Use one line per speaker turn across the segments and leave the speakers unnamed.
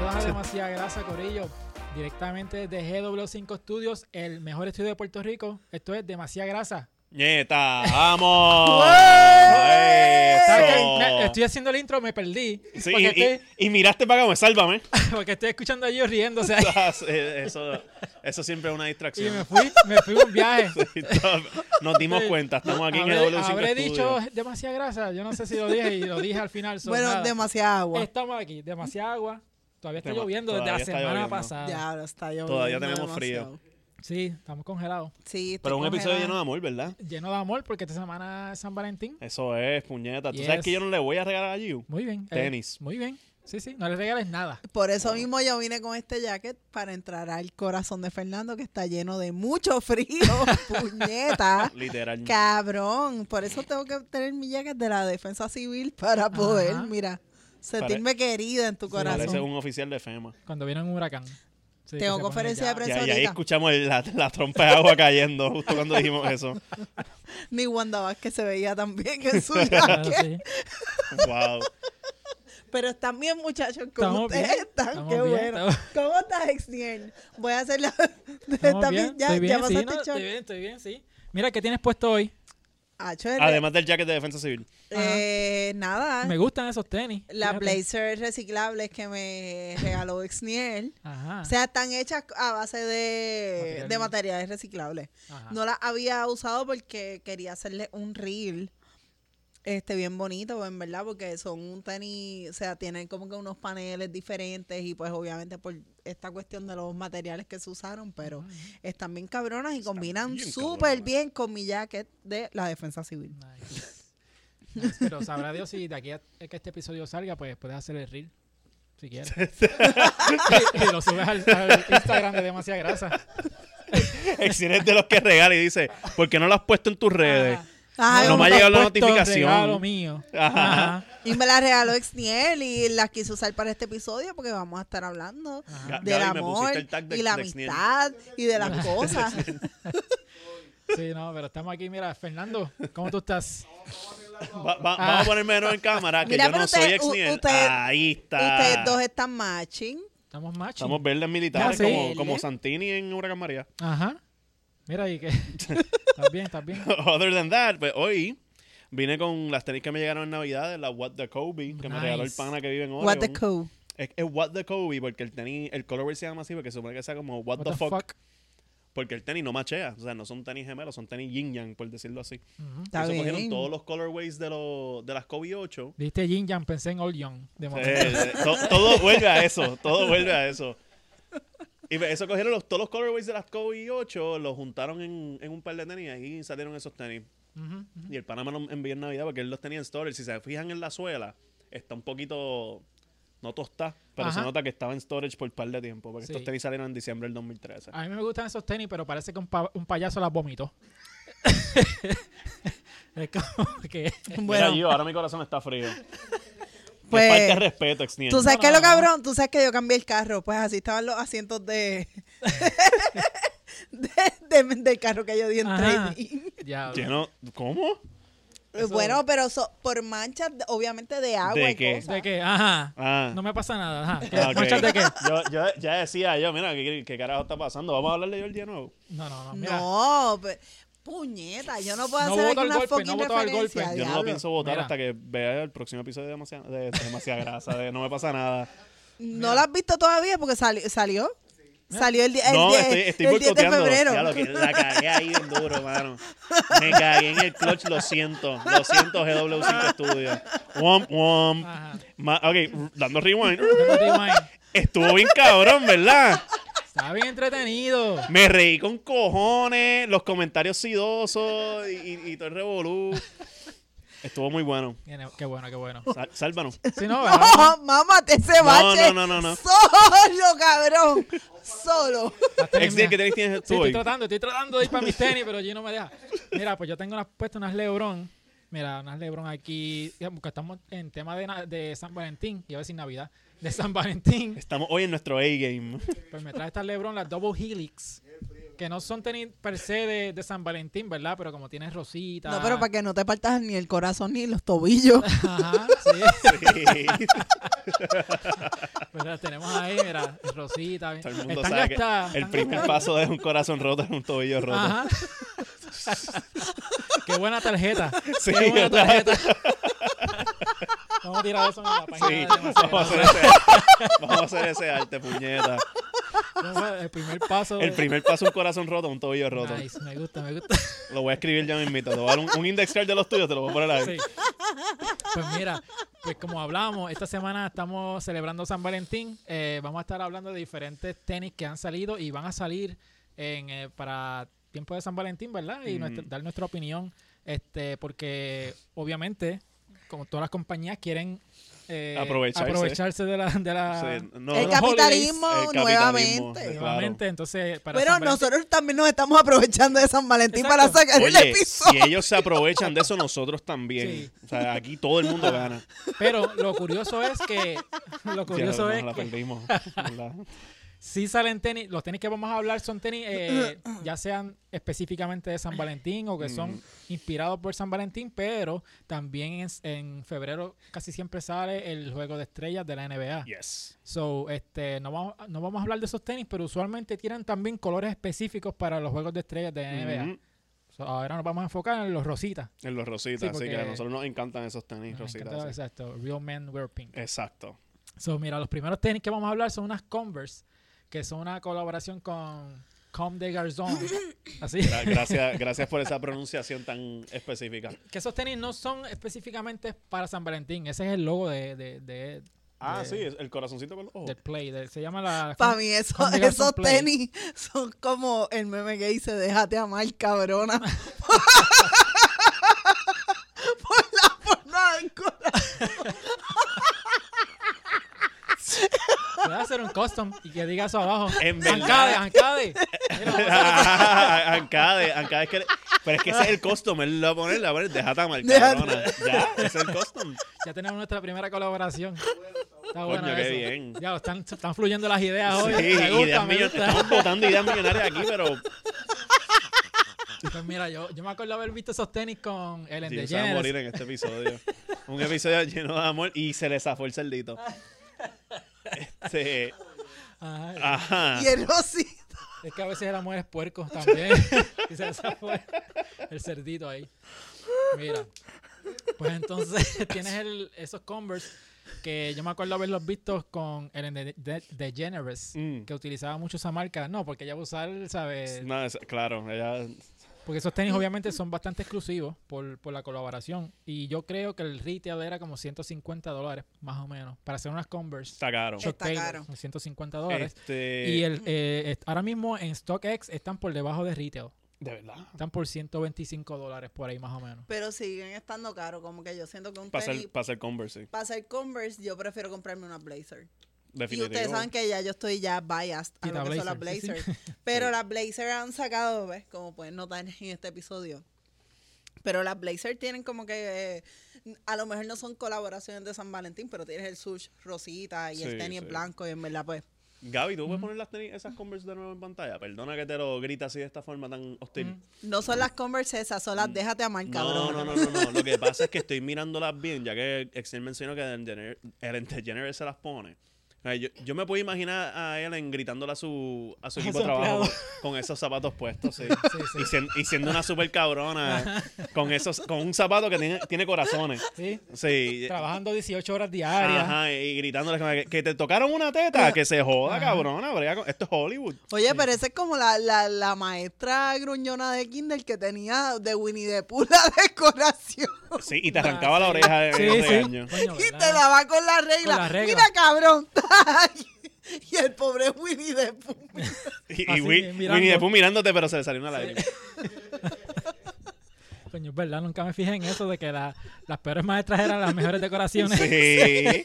Gracias, gracias, Corillo. Directamente desde GW5 Studios, el mejor estudio de Puerto Rico. Esto es Demasiada Grasa.
¡Nieta! ¡Vamos!
¿Sabes qué?
¡Eso!
Me- estoy haciendo el intro, me perdí.
Sí,
porque,
y,
estoy,
y- y miraste para acá, me sálvame.
porque estoy escuchando a ellos riéndose ahí.
eso, eso siempre es una
Y
distracción.
me fui, me fui un viaje.
Nos dimos
Sí.
cuenta, estamos aquí en el
Habré,
W5
habré dicho
Studios.
demasiada grasa. Yo no sé si lo dije y lo dije al final. so
Bueno,
nada.
demasiada agua.
Estamos aquí, demasiada agua. Todavía está
Dema-
lloviendo
todavía
desde
está
la semana
lloviendo.
pasada.
Ya, ahora está lloviendo.
Todavía tenemos frío.
demasiado.
Sí, estamos congelados.
Sí, estoy
Pero un episodio
congelada.
lleno de amor, ¿verdad?
Lleno de amor porque esta semana es San Valentín.
Eso es, puñeta. ¿Tú
Yes.
sabes que yo no le voy a regalar a Giu?
Muy bien. eh,
Tenis.
muy bien. Sí, sí. No le regales nada.
Por eso mismo yo vine con este jacket para entrar al corazón de Fernando que está lleno de mucho frío, puñeta.
Literal.
Cabrón, por eso tengo que tener mi jacket de la defensa civil para poder,
Ajá.
mira, sentirme querida en tu
Parece
corazón.
un oficial de FEMA.
Cuando viene un huracán. Sí,
Tengo
que se pone
conferencia
ya-
de
Y,
prensa.
ahí- y ahí
ahorita.
escuchamos el- la, la trompa de agua cayendo justo cuando dijimos eso.
Ni Wanda Vázquez se veía tan bien en su
Ah,
jacket.
sí.
Wow.
Pero están bien, muchachos, como
Estamos
ustedes
bien,
están.
estamos
Qué
bien,
bueno.
estamos-
¿Cómo estás, Exniel? Voy a hacer la.
Estamos bien,
¿Estás bien? ¿Ya,
estoy bien,
ya
sí,
pasaste
no,
el
estoy
shot?
bien, estoy bien, sí. Mira, ¿qué tienes puesto hoy?
Ah, chévere.
Además del jacket de defensa civil.
Eh, nada.
Me gustan esos tenis.
Las
fíjate.
blazers reciclables que me regaló Exniel.
Ajá.
O sea, están hechas a base de
Material.
de materiales reciclables.
ajá.
No las había usado porque quería hacerle un reel este bien bonito, en verdad, porque son un tenis, o sea, tienen como que unos paneles diferentes y pues obviamente por esta cuestión de los materiales que se usaron, pero
Mm,
están bien cabronas y combinan
bien
súper
cabronas.
bien con mi jacket de la defensa civil.
Nice. Nice, Pero sabrá Dios si de aquí a a que este episodio salga, pues puedes hacer el reel. Si quieres. y, y lo subes al, al Instagram de demasiada grasa.
Exilio es de los que regala y dice, ¿por qué no lo has puesto en tus
Ah.
redes?
Ajá.
Ay,
No me ha
Ah, un-
llegado la
Has puesto
notificación.
regalo mío.
Ajá.
Ajá.
y me la regaló Exniel y las quise usar para este episodio porque vamos a estar hablando
Ajá.
Ga-
del
Gaby, me
amor
pusiste el tag de-
y la
de Exniel.
amistad y de las cosas.
Sí, no, pero estamos aquí. Mira, Fernando, ¿cómo tú estás?
Va- va- Vamos a ponerme de nuevo en cámara, que
Ah. Mira,
yo no
pero
soy
usted-
ex
u- usted-
Ahí está.
Ustedes dos están matching.
Estamos machos.
Estamos verdes militares,
Ah, sí.
como,
Verdes.
como Santini en Huracán María.
Ajá. Mira, y que. Estás bien, estás bien.
Other than that, pues hoy vine con las tenis que me llegaron en Navidad, de la What the Kobe, que me
Nice.
regaló el pana que vive en Oregon.
What the co?
Es, es What the Kobe, porque el tenis, el colorway se llama así, porque se supone que sea como What, the, fuck, porque el tenis no machea. O sea, no son tenis gemelos, son tenis yin yang, por decirlo así.
Ujú.
Está
Ellos
bien.
cogieron todos los colorways de, los- de las Kobe 8.
Dijiste Jin Yang, pensé en Old Young. De momento.
Eh, eh, to- todo vuelve a eso, todo vuelve a eso. Y pues eso cogieron los, todos los colorways de las Kobe 8, los juntaron en, en un par de tenis y ahí salieron esos tenis.
Ujú, ujú.
Y el Panamá los envió en Navidad porque él los tenía en storage. Si se fijan en la suela, está un poquito, no tostada, pero se
Ajá.
nota que estaba en storage por un par de tiempo, porque
Sí. Ah,
estos tenis salieron en diciembre del 2013.
A mí me gustan esos tenis, pero parece que un, pa- un payaso las vomitó. es como que.
Mira,
Bueno,
yo, ahora mi corazón está frío. Pues,
Pues,
falta de respeto, Exniel.
tú sabes
No,
que
no,
lo
no.
cabrón, tú sabes que yo cambié el carro, pues así estaban los asientos de, de- de- del carro que yo di en
Ajá.
trading.
Ya.
Lleno- ¿Cómo?
Eso-
Bueno, pero so- por manchas, obviamente de agua
¿De
y
qué?
cosas.
¿De qué? Ajá.
Ah.
No me pasa nada. Ajá. ¿Qué?
Ah, ok.
¿Manchas de qué?
Yo, yo ya decía yo, mira, ¿qué, qué carajo está pasando? Vamos a hablarle yo el día nuevo.
No, no, no. Ah, Mira.
No, pe- puñeta, yo no puedo
No
hacer
voto al
alguna
golpe,
fucking
no voto al golpe.
referencia.
Yo no
diablo.
lo pienso votar
Mira.
hasta que vea el próximo episodio de Demasiada, de, de demasiada Grasa, de No Me Pasa Nada.
¿No la has visto todavía porque sali- salió? Salió el, día- el
no,
día-
estoy, estoy
el 10 de
boicoteándolo.
febrero.
Ya lo que- la cagué ahí bien duro, mano. Me cagué en el clutch, lo siento. Lo siento, GW5 Studios. Womp, womp.
Ajá.
Ma- ok, r- dando rewind.
Tengo rewind.
Estuvo bien cabrón, ¿verdad?
Está bien entretenido.
Me reí con cojones, los comentarios sidosos y, y- y todo el revolú. Estuvo muy bueno.
Tiene- Qué bueno, qué bueno.
Sál- sálvanos.
Si no, ¿verdad?
¡Oh, mámate ese bache!
no, no, no, no.
¡Solo, cabrón! ¡Solo!
Las tenis
Ex, ¿qué
mías.
tenis tienes
Sí,
tú
estoy
hoy?
tratando, estoy tratando de ir para mis tenis, pero allí no me deja. Mira, pues yo tengo unas, puesto unas Lebron. Mira, unas Lebron aquí. digamos que Estamos en tema de, na- de San Valentín. Iba a decir Navidad. De San Valentín.
Estamos hoy en nuestro A-game.
Pues me trae estas Lebron, las Double Helix. que no son tenis per se de, de San Valentín, ¿verdad? Pero como tienes rosita.
No, pero para que no te partas ni el corazón ni los tobillos.
Ajá, sí.
Sí.
Pues las tenemos ahí, mira, rosita.
Todo el mundo
Están
sabe que
gastadas,
El
están
primer
gastadas.
paso es un corazón roto en un tobillo roto.
Ajá. Qué buena tarjeta.
Sí,
Qué buena
¿verdad?
tarjeta. Vamos a tirar eso en la página.
Sí,
de
vamos a, hacer
Demasiado.
ese, vamos a hacer ese arte, puñeta.
Entonces, El primer paso.
El primer paso un corazón roto, un tobillo roto.
Nice, me gusta, me gusta.
Lo voy a escribir ya mismito. Te voy a dar un, un index card de los tuyos, te lo voy a poner ahí.
Sí. Pues mira, pues como hablamos, esta semana estamos celebrando San Valentín. Eh, vamos a estar hablando de diferentes tenis que han salido y van a salir en, eh, para tiempo de San Valentín, ¿verdad? Y
Ujú.
nuestra- dar nuestra opinión, este, porque obviamente, como todas las compañías quieren eh,
Aprovecharse.
aprovecharse de la, de la
Sí, no,
de
el
los
no,
capitalismo
holidays, el capitalismo,
Oh, nuevamente.
claro.
nuevamente. Entonces, para
Pero
San Valentín-
nosotros también nos estamos aprovechando de San Valentín para
Exacto.
sacar el
Oye,
episodio.
si ellos se aprovechan de eso, nosotros también.
Sí.
O sea, aquí todo el mundo gana.
pero lo curioso es que lo curioso
ya,
es
nos la
que
perdimos. ¿verdad?
Sí salen tenis, los tenis que vamos a hablar son tenis, eh, ya sean específicamente de San Valentín o que son
Mm.
inspirados por San Valentín, pero también en, en febrero casi siempre sale el juego de estrellas de la NBA.
Yes.
So, este, no vamos, no vamos a hablar de esos tenis, pero usualmente tienen también colores específicos para los juegos de estrellas de NBA.
Ujú.
So, ahora nos vamos a enfocar en los rositas.
En los rositas,
Sí,
así
porque-
que a nosotros nos encantan esos tenis
Nos
rositas.
encanta-
así.
Exacto, Real Men Wear Pink.
Exacto.
So, mira, los primeros tenis que vamos a hablar son unas Converse, que son una colaboración con Comme des Garçons. Así.
Gra- Gracias, gracias por esa pronunciación tan específica.
Que esos tenis no son específicamente para San Valentín. Ese es el logo de, de, de-
Ah,
de-
sí, es el corazoncito con los ojos.
del Play. de- se llama la.
Para mí eso-
Con Vegas
esos
on play.
tenis son como el meme que dice, déjate amar, cabrona. Por la forma del corazón.
Voy a hacer un custom y que diga eso abajo.
En
Ancade,
verdad.
Ancade. Mira, pues, vamos a hacer-
Ah, Ancade, Ancade es que. Pero es que ese es el custom, él lo va a poner, la va a poner, déjate amar,
Déjate.
cabrona. Ya, ese es el custom.
Ya tenemos nuestra primera colaboración. Está bueno
Coño, qué
eso.
bien.
Ya, están, están fluyendo las ideas hoy.
Sí,
Ah, Me gusta,
ideas
me
millonarias.
gusta.
Estamos votando ideas millonarias aquí, pero
Pues mira, yo, yo me acuerdo haber visto esos tenis con Ellen
Jim se va a
DeGeneres.
morir en este episodio. Un episodio lleno de amor y se le zafó el cerdito. Este,
Ajá.
ajá.
Y el rosito.
Es que a veces el amor es puerco también. y se esa fue el cerdito ahí. Mira. Pues entonces tienes el, esos Converse que yo me acuerdo haberlos visto con Ellen De- De- DeGeneres,
Mm.
que utilizaba mucho esa marca. No, porque ella va a usar, ¿sabes?
No, es- claro, ella-
Porque esos tenis obviamente son bastante exclusivos por, por la colaboración. Y yo creo que el retail era como 150 dólares, más o menos, para hacer unas Converse.
está caro.
Chuck
Está
Taylor,
caro.
150 dólares.
Este,
Y el, eh, est- ahora mismo en StockX están por debajo de retail.
de verdad.
Están por 125 dólares por ahí más o menos.
Pero siguen estando caros, como que yo siento que un
Pasa
tenis...
el, pasa el Converse, sí.
Para hacer Converse, yo prefiero comprarme una blazer. Y
Definitivo.
ustedes saben que ya yo estoy ya biased a
Sí,
lo
la
que son las
blazer, sí,
blazers. Pero
Sí.
las blazers han sacado, ¿ves? Como pueden notar en este episodio. Pero las blazers tienen como que... eh, a lo mejor no son colaboraciones de San Valentín, pero tienes el sush rosita y
Sí,
el tenis
sí.
blanco y en verdad pues...
Gaby, ¿tú puedes poner las tenis, esas Converse de nuevo en pantalla? Perdona que te lo grita así de esta forma tan hostil.
Mm.
No son las Converse esas, son las déjate amar,
Mm. No,
cabrón.
no, no, no, no. Lo que pasa es que estoy mirándolas bien, ya que Excel mencionó que Ellen DeGener- Ellen DeGeneres se las pone. O sea, Yo, yo me puedo imaginar a Ellen gritándole a su, a su
A su
equipo de trabajo
empleado.
con esos zapatos puestos, sí.
sí.
Y, sien- y siendo una super cabrona con esos, con un zapato que tiene, tiene corazones.
¿Sí?
Sí.
Trabajando 18 horas diarias.
Eh, Ajá, y gritándoles como que, que te tocaron una teta, que se joda,
Ajá.
cabrona. brega con- Esto es Hollywood.
Oye, pero esa es como la, la, la maestra gruñona de Kindle que tenía de Winnie the Pooh la decoración.
Sí, y te arrancaba la oreja de,
Sí,
de
sí.
regaño.
Coño,
Y
¿verdad?
te la va con la regla.
Con la regla.
Mira, cabrón. y el pobre Winnie the Pooh.
Y, y
Así,
Wi-
mirando.
Winnie the Pooh mirándote, pero se le salió una lágrima.
Coño, es verdad, nunca me fijé en eso de que la- las peores maestras eran las mejores decoraciones.
Sí.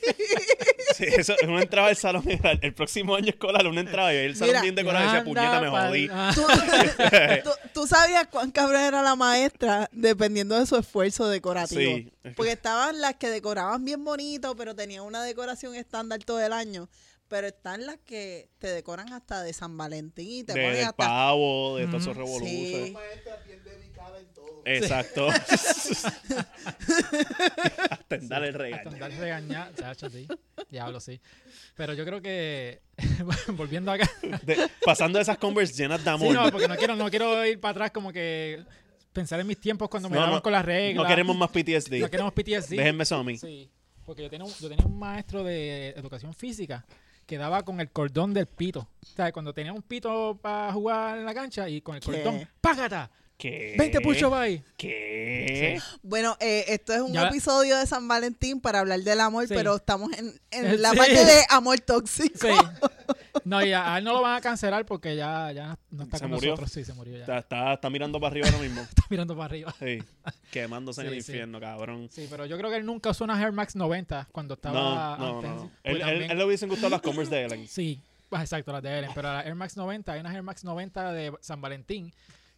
Sí, eso, uno entraba al salón, el, el próximo año escolar uno entraba y el salón
Mira,
bien decorado y decía, puñeta, me
Anda,
jodí.
pal- ah,
¿Tú, tú, tú sabías cuán cabrón era la maestra dependiendo de su esfuerzo decorativo.
Sí.
Porque estaban las que decoraban bien bonito, pero tenían una decoración estándar todo el año. pero están las que te decoran hasta de San Valentín y te
de,
ponen
del
hasta
pavo, de todos esos
Ujú.
revoluciones.
Sí.
maestra bien dedicada en todo.
Exacto. Hasta en dar el
Hasta
regaño.
andar regañar, chacho, sí. Diablo, sí. Pero yo creo que, volviendo acá,
De- pasando esas Converse llenas de
Sí,
amor.
no, pues, porque no quiero, no quiero ir para atrás como que pensar en mis tiempos cuando me
No,
daban
no,
con las
no,
reglas.
queremos más PTSD.
no queremos PTSD.
Déjenme eso a mí.
Sí, porque yo tenía, un, yo tenía un maestro de educación física que daba con el cordón del pito. O sea, cuando tenía un pito para jugar en la cancha y con el
¿Qué?
cordón, ¡págata!
¿Qué?
20 push ahí.
¿Qué?
Bueno, eh, esto es un
Ya-
episodio de San Valentín para hablar del amor,
Sí.
pero estamos en,
Eh,
en la
sí.
parte de amor tóxico.
Sí. No, y a, a él no lo van a cancelar porque ya, ya no está
¿Se
con
murió?
nosotros. Sí, se murió ya.
Está,
Está
está- está mirando para arriba ahora mismo.
mirando para arriba.
Sí. Quemándose en el
Sí, sí.
infierno, cabrón.
Sí, pero yo creo que él nunca usó una Air Max 90 cuando
No,
estaba
no, no.
antes.
no.
Pues
Él, él,
también-
él le hubiesen gustado las Converse de Ellen.
Sí, ah, exacto, las de Ellen. Pero las Air Max 90, hay unas Air Max 90 de San Valentín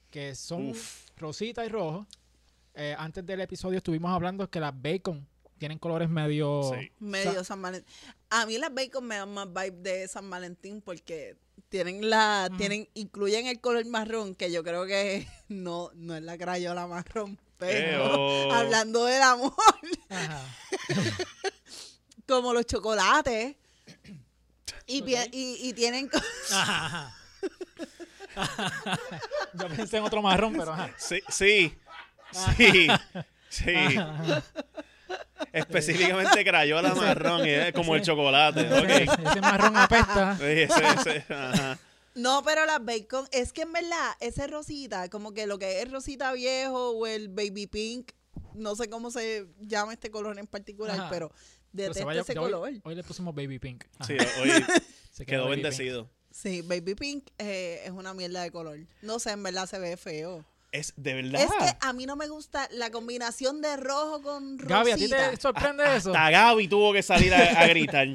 que son
Uf.
rosita y rojo. Eh, antes del episodio estuvimos hablando que las bacon tienen colores medio...
Sí.
Medio San Valentín. A mí las bacon me dan más vibe de San Valentín porque tienen la,
Ujú.
tienen, incluyen el color marrón, que yo creo que no, no es la crayola marrón,
Eh,
pero
Eo.
hablando del amor,
Ajá.
como los chocolates. Y, pi-
Ok.
y, y tienen co-
Ajá, ajá. Yo pensé en otro marrón, pero ajá.
Sí, sí. Sí. Sí. Específicamente crayola marrón, y es como el chocolate.
Ese,
Ok.
ese marrón apesta.
Sí, ese- ese, ajá.
No, pero las bacon, es que en verdad, ese rosita, como que lo que es rosita viejo o el baby pink, no sé cómo se llama este color en particular,
Ajá.
pero
Pero se
detesto
vaya-
ese
ya hoy-
color.
Hoy, le pusimos baby pink. Ajá,
Sí, oye,
se
quedó
baby pink.
bendecido.
Sí, baby pink eh, es una mierda de color. No sé, en verdad se ve feo.
Es de verdad.
Es que a mí no me gusta la combinación de rojo con rosita.
Gaby, ¿a ti te sorprende eso?
Hasta Gaby tuvo que salir a, a gritar.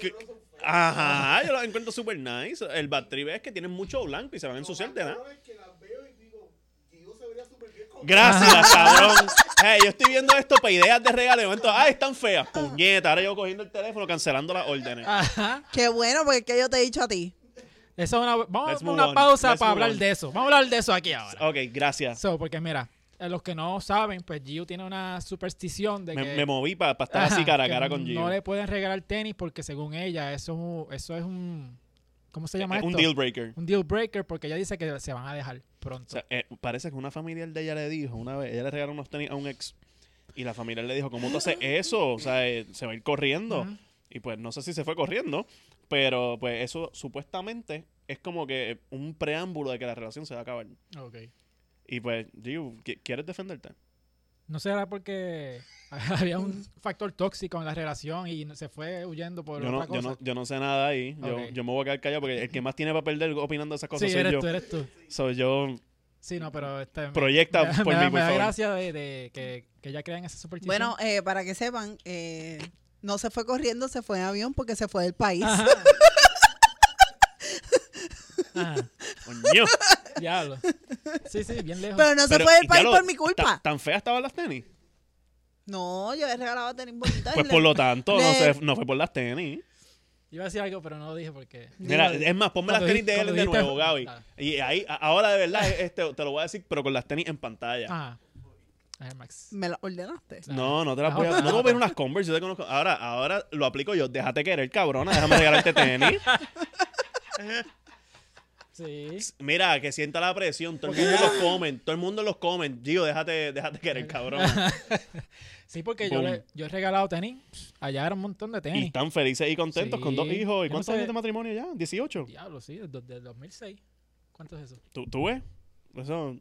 Que- Ajá, yo los encuentro super nice. El bad trip es que tienen mucho blanco y se van a ensuciar de nada.
que las veo y digo, Guido se vería súper bien con
Gracias, cabrón. Hey, yo estoy viendo esto para ideas de regalo. De momento, ay, están feas. Puñeta, ahora yo cogiendo el teléfono, cancelando las órdenes.
Ajá.
Qué bueno, porque es que yo te he dicho a ti.
Eso es una, vamos
Let's
a
move
una
on.
pausa
Let's
para
move
hablar
on.
de eso. Vamos a hablar de eso aquí ahora.
Ok, gracias.
So, porque mira, a los que no saben, pues Gio tiene una superstición de
Me,
que...
me moví para estar así
Ajá,
cara a
que
cara con Gio.
No le pueden regalar tenis porque según ella, eso, es un- eso es un... ¿Cómo se llama
Es
esto?
Eh, un deal breaker.
Un deal breaker porque ella dice que se van a dejar
O
pronto.
sea, eh, parece que una familiar de ella le dijo una vez, ella le regaló unos tenis a un ex y la familia le dijo, ¿cómo tú haces eso? O sea, eh, se va a ir corriendo.
Ujú.
Y pues no sé si se fue corriendo, pero pues eso supuestamente es como que un preámbulo de que la relación se va a acabar.
Ok.
Y pues, Giu, ¿qui- ¿quieres defenderte?
No será porque había un factor tóxico en la relación y se fue huyendo por
Yo no,
otra
yo,
cosa.
no, yo no sé nada ahí. Yo,
Ok.
yo me voy a quedar callado porque el que más tiene para perder opinando esas cosas
sí,
soy
eres
yo.
tú, eres tú.
Soy yo.
Sí, no, pero... Este, me-
Proyecta
me da-
por
me
mí,
da-
por
me da
favor.
gracia de, de que, que ella crea en esa superstición.
Bueno, eh, para que sepan, eh, no se fue corriendo, se fue en avión porque se fue del país.
Ajá. Ajá.
Coño.
Ah, Diablo. Sí, sí, bien lejos.
Pero no se
Pero,
fue
y
del
ya
país
lo-
por mi
¿Tan,
culpa.
tan feas estaban las tenis?
No, yo he regalado tenis bonitas.
Pues por lo tanto, no,
le-
se, no fue por las tenis.
Iba a decir algo, pero no lo dije porque.
Mira, eh,
Digo,
es más, ponme las
cuando di-
tenis de él
cuando
de
dijiste-
nuevo, Gaby.
Ah.
Y ahí, a- ahora de verdad, este, te lo voy a decir, pero con las tenis en pantalla.
Ajá. Air Max.
¿Me lo ordenaste?
No, no te las
Ah,
voy a.
ok.
No te voy a pedir unas Converse, yo te conozco. Ahora, ahora lo aplico yo. Déjate querer, cabrona. Déjame regalarte tenis.
Sí.
Mira, que sienta la presión. Todo el mundo los comen. Todo el mundo los comen. Gio, déjate, déjate querer, cabrona.
Sí, porque yo,
Boom.
le- yo he regalado tenis. Allá era un montón de
Y
tenis.
están felices y contentos con dos
Sí.
hijos.
Yo
¿Y
no
cuántos
sé-
años de matrimonio ya? ¿18?
Diablo, sí, desde desde el 2006. ¿Cuánto es eso?
¿Tú, tú ves? Eso.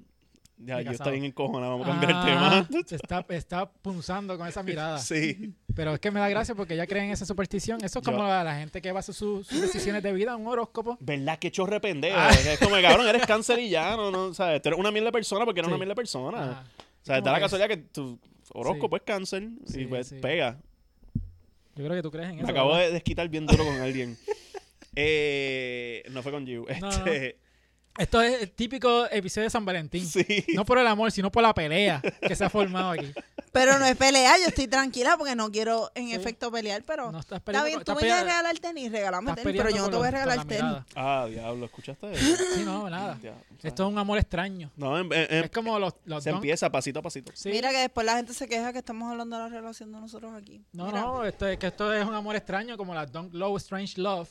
Ya,
Estoy
yo
casado.
estoy bien encojonada. Vamos a cambiar
Ah,
el tema.
se Está, está punzando con esa mirada.
Sí.
Pero es que me da gracia porque ella cree en esa superstición. Eso es como
Yo-
la, la gente que basa su- sus decisiones de vida en un horóscopo.
¿Verdad que chorre pendejo?
Ah.
Es como, cabrón, eres cáncer y ya, no, no, ¿sabes? Tú eres una mierda de persona porque eres
Sí.
una mierda de persona.
Ajá.
Ah. O sea,
¿Cómo
da la
que es?
casualidad que tu horóscopo
Sí.
es cáncer y
Sí,
pues
sí.
pega.
Yo creo que tú crees en
Me
eso.
acabo
¿verdad?
de desquitar bien duro con alguien. Eh, no fue con you.
No,
Este,
Esto es el típico episodio de San Valentín.
Sí.
No por el amor, sino por la pelea que se ha formado aquí.
Pero no es pelea, yo estoy tranquila porque no quiero en
Sí.
efecto pelear, pero
No estás
está
peleando.
bien,
con-
tú me
estás
quieres
pelea-
regalar tenis, regálame
estás
tenis, pero yo
peleando
no te
con
voy a
los- con la
regalar tenis.
mirada.
Ah, diablo, ¿escuchaste eso?
Sí, no, nada.
Ya, o sea,
Esto es un amor extraño.
No, em- em- em-
Es como los, los
se
dunk-
empieza pasito a pasito.
Sí.
Mira que después la gente se queja que estamos hablando de la relación de nosotros aquí.
No,
Mira,
no, esto es, que esto es un amor extraño como la Don't Low Strange Love.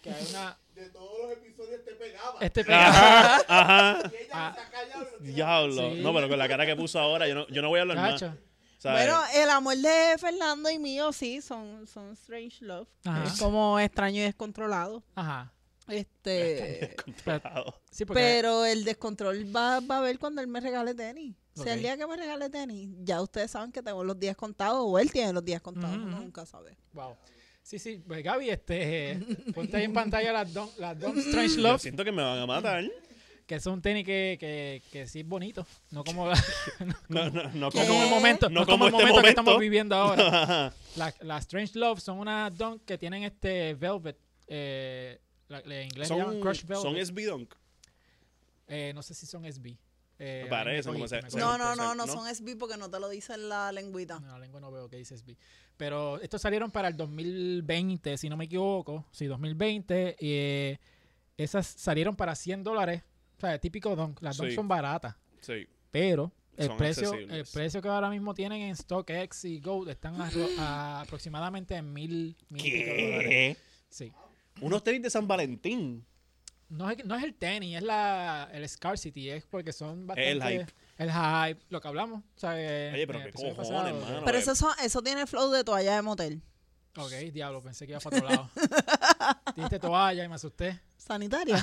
Que hay una.
De todos los episodios te pegaba.
Este pega-
Ajá, ajá.
Y ella
Ah.
se ha callado y no tiene-
Diablo.
Sí.
No, pero con la cara que puso ahora, yo no, yo no voy a hablar más.
Cacho.
¿sabes?
Bueno,
eh,
el amor de Fernando y mío sí son, son strange love.
Ajá.
Es como extraño y descontrolado.
Ajá.
Este,
Controlado.
Sí, porque.
pero el descontrol va, va a haber cuando él me regale tenis. Si
Ok.
el día que me regale tenis, ya ustedes saben que tengo los días contados o él tiene los días contados,
Ujú,
uno
ujú.
nunca sabe.
Wow. Sí, sí. Pues, Gaby, este. Ponte ahí en pantalla las Don't, las Don't Strange
Yo
Love.
siento que me van a matar.
Que es un tenis que, que, que sí es bonito. No como, no
No, no, no
¿Qué?
como el momento.
No
No,
como
como, el momento, que
este momento.
estamos viviendo ahora.
Ajá.
Las las Strange Love son unas Dunk que tienen este Velvet. Eh, la- en inglés le llaman
Son,
Crush Velvet.
son SB Dunk.
Eh, no sé si son SB. Eh,
Me parece,
ahora mismo
como
cogí,
se-
me
se-
cogí.
No, no,
entonces,
no, no
¿no?
son SB porque no te lo dice la lengüita.
No, la lengua no veo que dice SB. Pero estos salieron para el 2020, si no me equivoco. Sí, 2020. eh, esas salieron para 100 dólares. O sea, típico Donk. Las Donk
Sí.
son baratas.
Sí.
Pero el
Son
precio, el
accesibles.
precio que ahora mismo tienen en StockX y Gold están a, a aproximadamente en mil, mil y pico dólares.
¿Qué?
Sí.
Unos tenis de San Valentín.
No es, no es el tenis, es la, el scarcity, es porque son bastante...
hype.
El hype, lo que hablamos. o sea, en
Oye, pero
el
qué
episodio
cojones,
pasado,
mano.
¿no?
Pero
eh.
eso, son- eso tiene flow de toalla de motel.
Ok, diablo, pensé que iba para otro lado. Diste toalla y me asusté.
Sanitaria.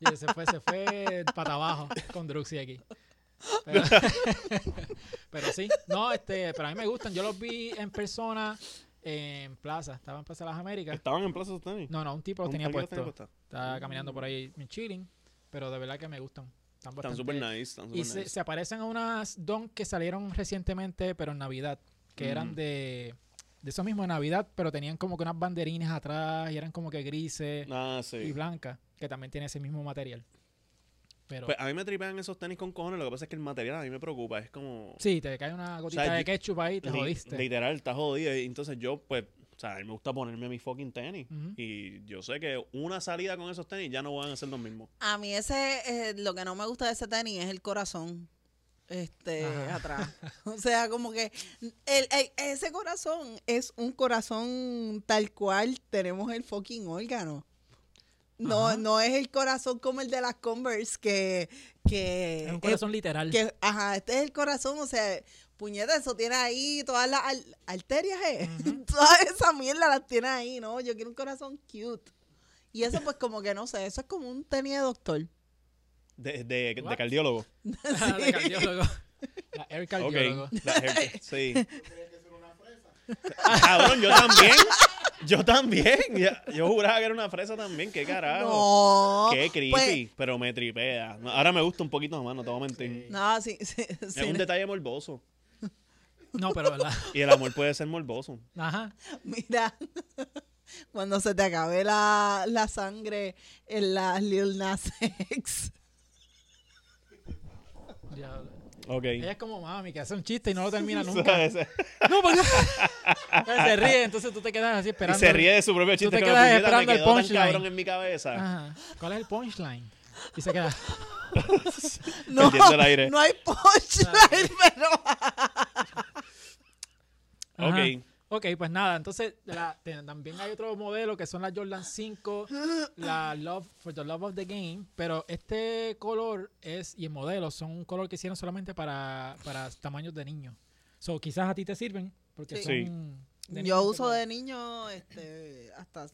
Y se fue, se fue para abajo con Druxy aquí. Pero, pero sí, no, este, pero a mí me gustan. Yo los vi en persona en Plaza, estaba en Plaza de las Américas.
Estaban en plaza esos tenis.
No, no, un tipo los
Un
tenía
alguien los
puesto.
puestos.
Estaba caminando por ahí en chilling, pero de verdad que me gustan. Están
Están
bastante
super nice. Están super
Y se,
nice.
se aparecen a unas don que salieron recientemente, pero en Navidad, que eran
Ujú.
de, de eso mismo, de Navidad, pero tenían como que unas banderines atrás y eran como que grises
Ah,
y
sí.
blancas, que también tiene ese mismo material. Pero
Pues a mí me tripean esos tenis con cojones. Lo que pasa es que el material a mí me preocupa. Es como.
sí, te cae una gotita
sea,
de
li-
ketchup ahí, te
Li-
jodiste.
Literal, está jodido. Y Entonces yo, pues, o sea, a mí me gusta ponerme mis fucking tenis.
Ujú.
Y yo sé que una salida con esos tenis ya no van a ser los mismos.
A mí ese, eh, lo que no me gusta de ese tenis es el corazón. Este,
Ajá.
atrás. O sea, como que el- el- ese corazón es un corazón tal cual tenemos el fucking órgano. No,
Ajá.
no es el corazón como el de las Converse que, que
eh,
es un corazón literal.
que, ajá, este es el corazón, o sea, puñeta, eso tiene ahí todas las al- arterias, eh. toda esa mierda las tiene ahí, ¿no? Yo quiero un corazón cute. Y eso pues como que no sé, eso es como un tenis de doctor.
De, de, de
What?
cardiólogo.
La de cardiólogo. La air cardiólogo.
Ok. La haircut, sí. Ah, Cabrón, yo también. Yo también. Ya- Yo juraba que era una fresa también. Qué carajo.
No.
Ah, Qué creepy.
pues-
pero me tripea. No, Ahora me gusta un poquito más, no te voy a mentir.
No, sí, sí, sí.
Es un detalle morboso.
No, pero verdad.
Y el amor puede ser morboso.
Ajá.
Mira, cuando se te acabe la, la sangre en la Lil Nas X.
Diablo.
Ok.
Ella es como mami, que hace un chiste y no lo termina nunca.
Ese-
No, porque se ríe, entonces tú te quedas así
Y
esperando.
se ríe de su propio chiste.
te
como,
quedas
"Puñeta,
esperando
me
el
quedó tan
punchline".
cabrón en mi cabeza.
Ajá. ¿Cuál es el punchline? Y se queda.
No,
Perdiendo el aire. Ah,
no hay punchline, pero
Ajá.
Ok.
Ok, pues nada, entonces la- te- también hay otro modelo que son las Jordan 5, la Love for the Love of the Game, pero este color es, y el modelo, son un color que hicieron solamente para, para tamaños de niños. So, quizás a ti te sirven, porque
Sí.
son...
Sí.
de niños
Yo
este
uso
color.
de niño este, hasta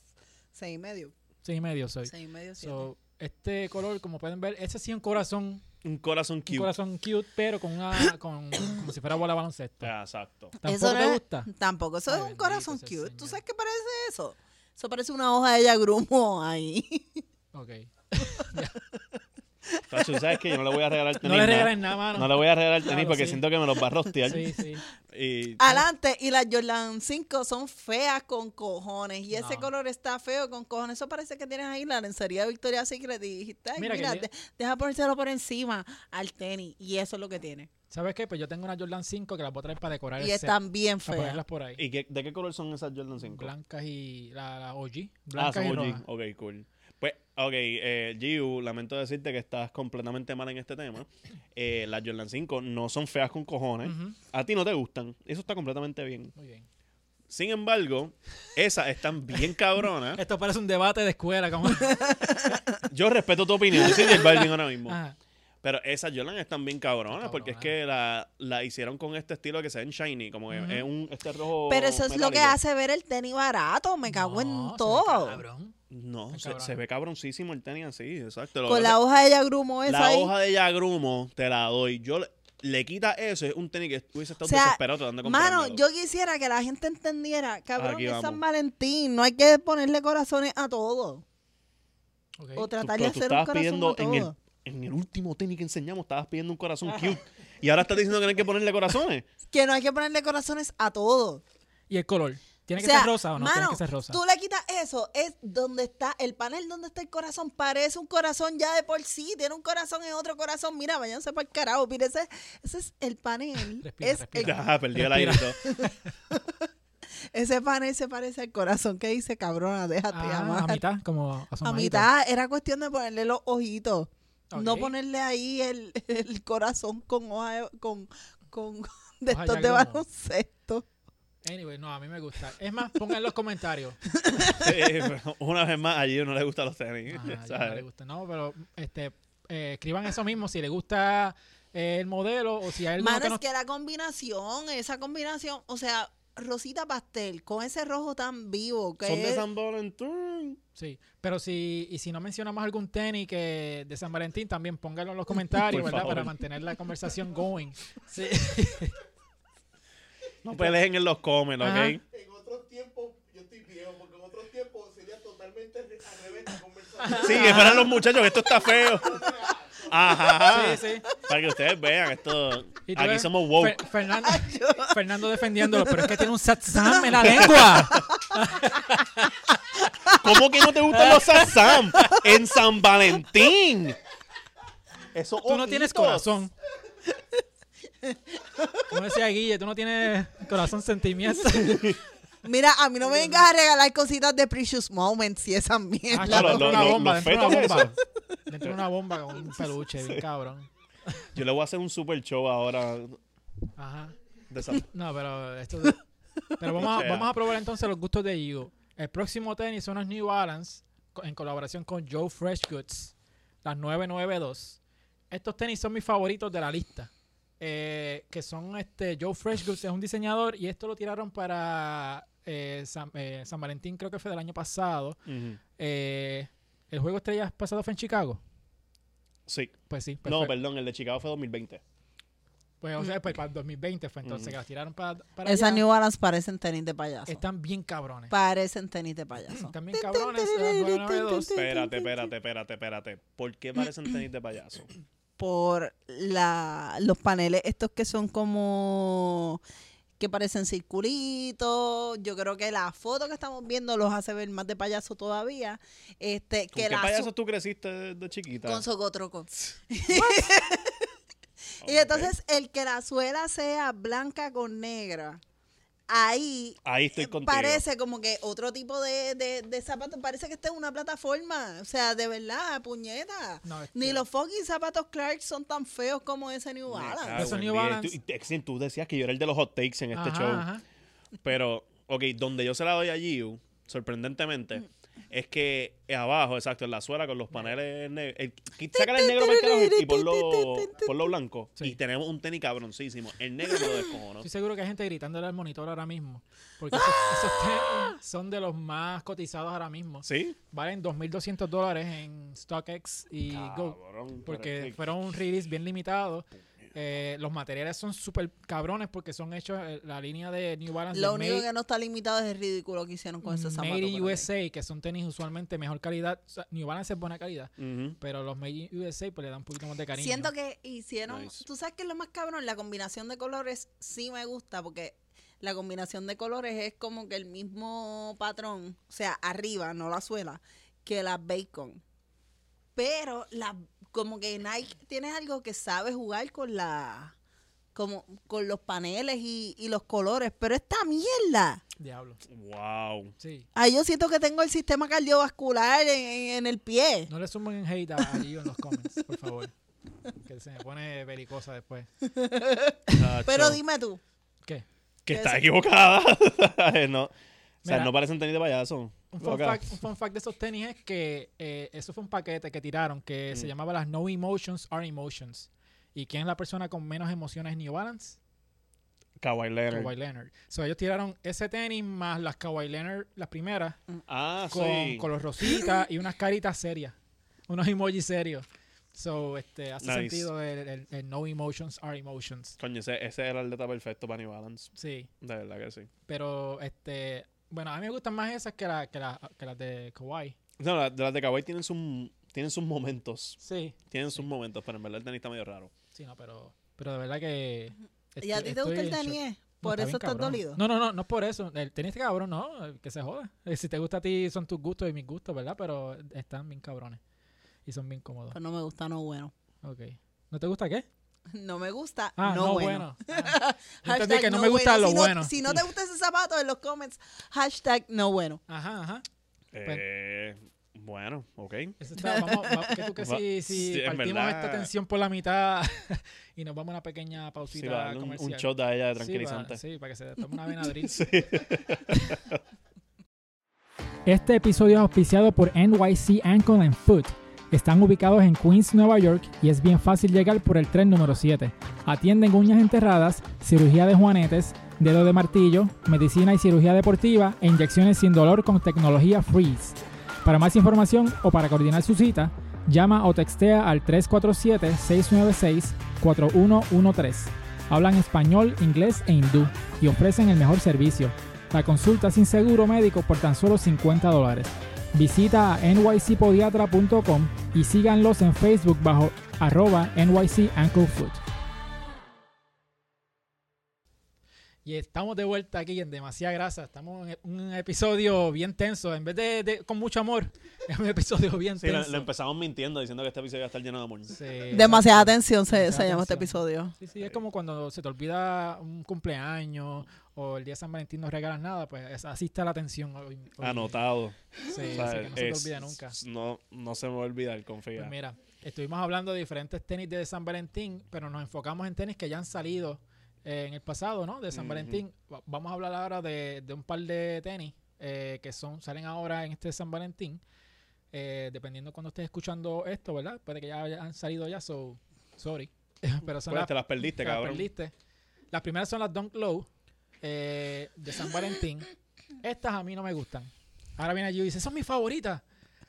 seis y medio.
Seis y medio soy.
Seis y medio, siete.
So, este color, como pueden ver, ese sí es un corazón,
Un corazón
un
cute.
corazón cute, pero con una, con, como si fuera bola de baloncesto.
Ah, Exacto.
¿Tampoco
Eso no
te
es-
gusta?
Tampoco, eso
Ay,
es un
bendito
corazón
sea
cute.
el
¿Tú
Señor.
sabes qué parece eso? Eso parece una hoja de yagrumo ahí.
Ok.
Tacho, ¿sabes qué? Yo no le voy a regalar tenis.
No le
nada.
regalen nada, mano.
No le voy a regalar tenis
Claro,
porque
sí.
siento que me los va a rostear.
Sí, sí.
Y,
Adelante, y las Jordan 5 son feas con cojones. Y ese
No.
color está feo con cojones. Eso parece que tienes ahí la lencería de Victoria's Secret. Y dijiste, ay,
Mira
mira,
que yo-
de- deja ponérselo por encima al tenis. Y eso es lo que tiene.
¿Sabes qué? Pues yo tengo una Jordan 5 que las voy a traer para decorar
Y
el set.
están bien
Para
feas.
ponerlas por ahí.
¿Y qué- de qué color son esas Jordan 5?
Blancas y la, la OG.
Ah,
Blancas
son
y
OG.
rojas.
Ok, cool. Pues, ok, eh, Giu, lamento decirte que estás completamente mal en este tema. Eh, las Jordan 5 no son feas con cojones.
Ujú.
A ti no te gustan. Eso está completamente bien.
Muy bien.
Sin embargo, esas están bien cabronas.
Esto parece un debate de escuela. Como...
Yo respeto tu opinión, sin el ahora mismo.
Ajá.
Pero esas Jordan están bien cabronas
Están
porque es
Ah. cabronas.
que la, la hicieron con este estilo que se ven shiny, como que
Ujú.
es un este rojo.
Pero eso es lo que
metálico.
hace ver el tenis barato. Me
No,
cago en
se ve
todo.
cabrón.
No,
Están
se,
cabronas.
se ve cabroncísimo el tenis así, exacto. Lo-
Con la hoja de yagrumo esa
la
Pues ahí.
hoja de Yagrumo te la doy. Yo le, le quita eso, es un tenis que hubiese estado
O sea,
desesperado tratando de
Mano,
comprármelo.
yo quisiera que la gente entendiera, cabrón,
Aquí
es
vamos.
San Valentín. No hay que ponerle corazones a todo.
Ok.
O
Tú-
tratar de
pero tú
hacer un
estabas
corazón
pidiendo
a todo.
en el, en el último tenis que enseñamos, estabas pidiendo un corazón cute. Y ahora estás diciendo que no hay que ponerle corazones.
Que no hay que ponerle corazones a todo.
¿Y el color? ¿Tiene que
O sea,
ser rosa o no? Tiene
mano,
que ser rosa.
Tú le quitas eso, es donde está el panel, donde está el corazón. Parece un corazón ya de por sí, tiene un corazón en otro corazón. Mira, váyanse para el carajo. Mira, ese, ese es el panel.
Respira,
Es
respira.
el-
Ya, perdí el aire y todo.
ese panel se parece al corazón que dice, cabrona, déjate
Ah,
amar.
a mitad, como
A
asomadito.
mitad era cuestión de ponerle los ojitos. No
Ok.
ponerle ahí el, el corazón con hoja de- con, con de
Hoja de
estos de
agrumo.
baloncesto.
Anyway, no, a mí me gusta. Es más, pongan en los comentarios.
Sí, pero una vez más, a Gio no le gustan los tenis.
Ajá, ya no
¿sabes?
le gusta. No, pero este, eh, escriban eso mismo si le gusta eh, el modelo o si hay alguno
Mano,
que
es
no...
que la combinación, esa combinación, o sea, rosita pastel con ese rojo tan vivo que
Son de
es-
San Valentín.
Sí, pero si, y si no mencionamos algún tenis que de San Valentín, también pónganlo en los comentarios,
Por
¿verdad?
favor.
Para mantener la conversación going. Sí.
No peleen en los comen, ¿ok?
Ajá.
En otros tiempos, yo estoy viejo, porque en otros tiempos sería totalmente re- al revés la conversación.
Sí, es para los muchachos, que esto está feo. Ajá.
Sí, sí.
Para que ustedes vean, esto.
Y tú
Ah, Aquí
ves,
somos woke.
Fer- Fernando, Fernando defendiéndolo, pero es que tiene un satsam en la lengua.
¿Cómo que no te gustan los Sazam en San Valentín? Eso
Tú no tienes corazón. Como decía Guille, tú no tienes corazón sentimiento.
Mira, a mí no me vengas a regalar cositas de Precious Moments y esa mierda.
Ah,
Claro,
dentro de
lo-
una
lo-
bomba,
los
dentro de una
fetos
bomba. Dentro de una bomba con un peluche, bien cabrón.
Yo le voy a hacer un super show ahora.
Ajá.
De San...
No, pero esto. Pero vamos a,
Pichea.
vamos a probar entonces los gustos de Igo. El próximo tenis son los New Balance co- en colaboración con Joe Fresh Goods, las 992. Estos tenis son mis favoritos de la lista. eh, que son este Joe Fresh Goods, es un diseñador y esto lo tiraron para eh, San, eh, San Valentín, creo que fue del año pasado.
Ujú.
Eh, el juego estrellas pasado fue en Chicago.
Sí.
Pues sí,
No,
perfecto.
perdón, el de Chicago fue 2020.
Pues, o sea, pues, para el 2020 fue entonces
Ujú.
que las tiraron para, para
Esas
allá.
New Balance parecen tenis de payaso.
Están bien cabrones.
Parecen tenis de payaso.
También cabrones, eh, las 992.
Espérate, espérate, espérate, espérate. ¿Por qué parecen tenis de payaso?
Por la, los paneles estos que son como que parecen circulitos. Yo creo que la foto que estamos viendo los hace ver más de payaso todavía. Este,
¿Con
que
qué
la
payaso tú creciste de, de chiquita?
Con socotroco.
Ok.
Y entonces el que la suela sea blanca con negra, ahí
Ahí estoy contigo.
eh, parece como que otro tipo de, de, de zapato, parece que esta es una plataforma. O sea, de verdad, puñeta.
No, este es
Ni
que-
los fucking zapatos Clark son tan feos como ese New
Me
Balance.
cago
Esos
en
New
diez.
Balance.
Tú, y te- Exen, tú decías que yo era el de los hot takes en este
Ajá,
show.
ajá.
Pero, ok, donde yo se la doy a Giu,
Mm.
sorprendentemente, es que abajo, exacto, en la suela con los paneles negros. el- quit- Sácale el negro para el carajo y ponlo, ponlo blanco.
Sí.
Y tenemos un tenis cabroncísimo. El negro me lo descojono.
Estoy seguro que hay gente gritándole al monitor ahora mismo. Porque esos, esos tenis son de los más cotizados ahora mismo.
¿Sí?
Valen 2.200 dólares en StockX y Go.
Cabrón, pero
Porque
es que-
fueron un release bien limitado. Eh, los materiales son súper cabrones porque son hechos, eh, la línea de New Balance
Lo
de
único
Made-
que no está limitado es el ridículo que hicieron con ese zapato.
Made in
pero
USA, que son tenis usualmente mejor calidad. O sea, New Balance es buena calidad,
Ujú.
pero los Made in USA pues le dan un poquito más de cariño.
Siento que hicieron,
Nice.
tú sabes que es lo más cabrón, la combinación de colores sí me gusta porque la combinación de colores es como que el mismo patrón, o sea, arriba, no la suela, que las bacon. Pero la, como que Nike tienes algo que sabe jugar con la como con los paneles y, y los colores, pero esta mierda.
Diablo.
Wow.
Sí.
Ah, yo siento que tengo el sistema cardiovascular en, en- en el pie.
No le sumen hate a a Gio en los comments, por favor. Que se me pone belicosa después.
Pero
Chacho,
dime tú.
¿Qué?
que
¿qué
está
es?
equivocada. no. O sea,
Mira.
no parecen tenis de payaso.
Un fun,
Loca.
fact, un fun fact de esos tenis es que eh, eso fue un paquete que tiraron
Mm.
que se llamaba las No Emotions Are Emotions. ¿Y quién es la persona con menos emociones en New Balance?
Kawhi Leonard.
Kawhi Leonard. So, ellos tiraron ese tenis más las Kawhi Leonard, las primeras,
Ah,
con
sí.
color rosita y unas caritas serias. Unos emojis serios. So, este, hace
Nice.
sentido el, el- el No Emotions Are Emotions.
Coño, ese, ese era el atleta perfecto para New Balance.
Sí.
De verdad que sí.
Pero, este, bueno, a mí me gustan más esas que, la- que, la- que las de Kawhi.
No, la- de las de Kawhi tienen, sus tienen sus momentos.
Sí.
Tienen sus momentos, pero en verdad el tenis está medio raro.
Sí, no, pero, pero de verdad que...
¿Y a
estoy-
ti te gusta
estoy
el
en shock.
tenis?
No,
Por
está
eso
bien
estás
cabrón.
dolido.
No, no, no, no es por eso. El tenis está cabrón, no, eh, que se joda. Eh, Si te gusta a ti, son tus gustos y mis gustos, ¿verdad? Pero están bien cabrones. Y son bien cómodos.
Pues no me gusta, no bueno.
Ok. ¿No te gusta qué?
No me gusta,
Ah,
no,
no,
bueno.
bueno. Ah, yo entendí
Hashtag
que no, me gusta
bueno.
lo
si
bueno.
No, si no te gusta ese zapato, en los comments, hashtag no bueno.
Ajá, ajá. Pues,
Eh, bueno, ok.
Eso está, vamos, va- ¿Qué tú crees
Va-
si,
sí,
si
en
partimos
verdad.
esta tensión por la mitad y nos vamos a una pequeña pausita
Sí, va a darle un,
comercial?
un shot a
Sí,
ella de
va-
tranquilizante.
Sí, para, que se tome una Benadryl.
Sí.
Este episodio es auspiciado por NYC Ankle and Foot. Están ubicados en Queens, Nueva York y es bien fácil llegar por el tren número 7. Atienden uñas enterradas, cirugía de juanetes, dedo de martillo, medicina y cirugía deportiva e inyecciones sin dolor con tecnología Freeze. Para más información o para coordinar su cita, llama o textea al 347-696-4113. Hablan español, inglés e hindú y ofrecen el mejor servicio. La consulta sin seguro médico por tan solo 50 dólares. Visita a nycpodiatra.com y síganlos en Facebook bajo arroba nyc Y estamos de vuelta aquí en Demasiada Grasa. Estamos en un episodio bien tenso. En vez de, de- con mucho amor, es un episodio bien
Sí, le,
tenso.
le empezamos mintiendo diciendo que este episodio va a estar lleno de amor.
Sí,
Demasiada atención se,
Demasiada
se llama este
atención.
episodio.
Sí, sí, es como cuando se te olvida un cumpleaños o el día de San Valentín no regalas nada, pues es- así está la tensión. hoy- hoy.
Anotado.
pues, Sí,
O
así
sea,
que no se te
es-
olvida nunca.
No, no se me va a olvidar, confía.
Pues mira, estuvimos hablando de diferentes tenis de San Valentín, pero nos enfocamos en tenis que ya han salido eh, en el pasado, ¿no? De San
Ujú.
Valentín. Va- Vamos a hablar ahora de, de un par de tenis eh, que son salen ahora en este San Valentín. Eh, dependiendo cuando estés escuchando esto, ¿verdad? Puede que ya hayan salido ya, so sorry. pero son
Pues
las
te las perdiste,
te la
cabrón.
perdiste. Las primeras son las Dunk Low eh, de San Valentín. Estas a mí no me gustan. Ahora viene allí y dice, son mis favoritas.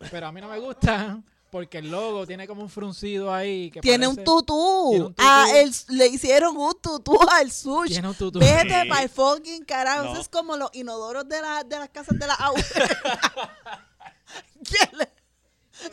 Pero a mí no me gustan porque el logo tiene como un fruncido ahí. Que
Tiene
parece-
un tutú.
Tiene un tutú.
Ah, el- le hicieron un tutú al sushi.
Tiene un tutú.
Vete
Sí.
para el fucking carajo.
No.
Eso es como los inodoros de, la- de las casas de la agua. ¿Qué le,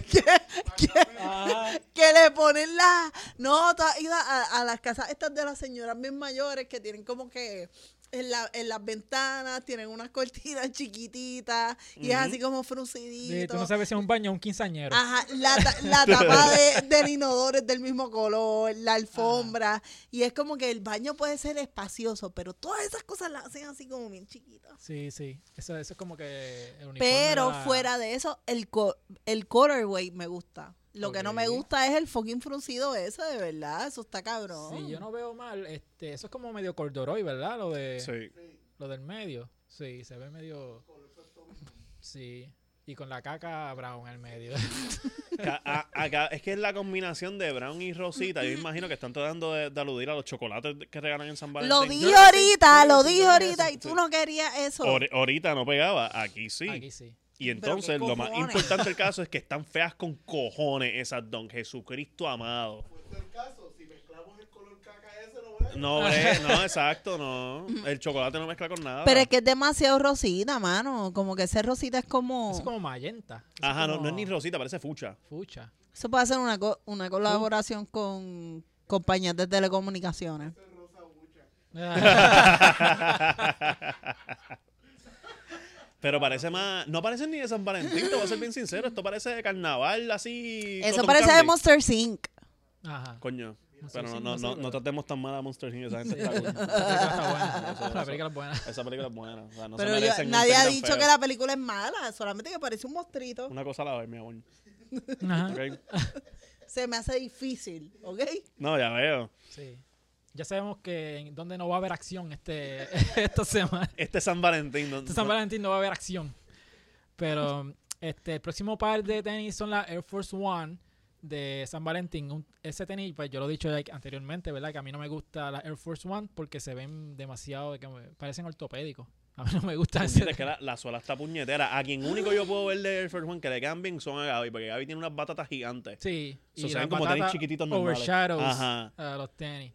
qué- qué- que le ponen la. No, tú has ido a, a las casas estas de las señoras bien mayores que tienen como que. En, la, en las ventanas tienen unas cortinas chiquititas y es
Ujú.
así como
Sí,
frucidito.
tú no sabes si es un baño o un quinceañero.
Ajá, la, ta- la tapa de, del inodoro es del mismo color, la alfombra.
Ah.
Y es como que el baño puede ser espacioso, pero todas esas cosas las hacen así como bien chiquitas.
Sí, sí. Eso, eso es como que el uniforme
Pero
de la-
fuera de eso, el, co el colorway me gusta. Lo que no me
Ok.
gusta es el fucking fruncido eso, de verdad. Eso está cabrón.
Si yo no veo mal, este, eso es como medio corduroy, ¿verdad? Lo de...
Sí.
Lo del medio, sí, se ve medio. Sí. Y con la caca brown al medio.
Ca- a- acá- es que es la combinación de Brown y Rosita. Yo imagino que están tratando de, de aludir a los chocolates que regalan en San Valentín.
Lo dije
Yo no sé-
ahorita,
yo no
lo
sé
dije
si
ahorita
eso-
y tú no querías eso.
Ori- Ahorita no pegaba, aquí sí.
Aquí sí.
Y
qué
entonces lo más
cojones.
importante del caso es que están feas con cojones esas don Jesucristo amado.
Pues el caso, si mezclamos el color caca ese, no brega.
No, bre, no, exacto, no. El chocolate no mezcla con nada.
Pero es que es demasiado rosita, mano. Como que ese rosita es como.
Es como magenta. es
Ajá, no,
como
no es ni rosita, parece fucha.
Fucha.
Eso puede ser una, co- una colaboración con compañías de telecomunicaciones.
Pero parece más. No parece ni de San Valentín, te voy a ser bien sincero. Esto parece de carnaval, así.
Eso
cotton
parece de
candy.
Monster Inc.
Ajá.
Coño.
Monster
Pero no,
Inc,
no, no,
Monster
no
Inc.
tratemos tan mal a Monster Inc. Esa, gente está
La
cool.
película está buena.
Eso,
Ah, La
eso.
película es buena.
Esa película es buena. O sea, no se
Pero yo-
merecen un
nadie ha
ser tan
dicho
feo.
que la película es mala, solamente que parece un mostrito.
Una cosa a la vez, mi amor.
Ajá.
¿ok?
Se me hace difícil, ¿ok?
No, ya veo.
Sí. Ya sabemos que en donde no va a haber acción este, esta semana.
Este San Valentín. no-
Este San Valentín no va a haber acción. Pero este, el próximo par de tenis son la Air Force One de San Valentín. Un- ese tenis, pues yo lo he dicho like, anteriormente, ¿verdad? Que a mí no me gusta la Air Force One porque se ven demasiado, que me- parecen ortopédicos. A mí no me gusta ese.
Puñeta, es que la, la suela está puñetera. A quien único yo puedo ver de Air Force One que le cambien son a Gaby, porque Gaby tiene unas batatas gigantes.
Sí.
So, se
las
ven como tenis
batatas
chiquititos normales.
Overshadows
Ajá.
a los tenis.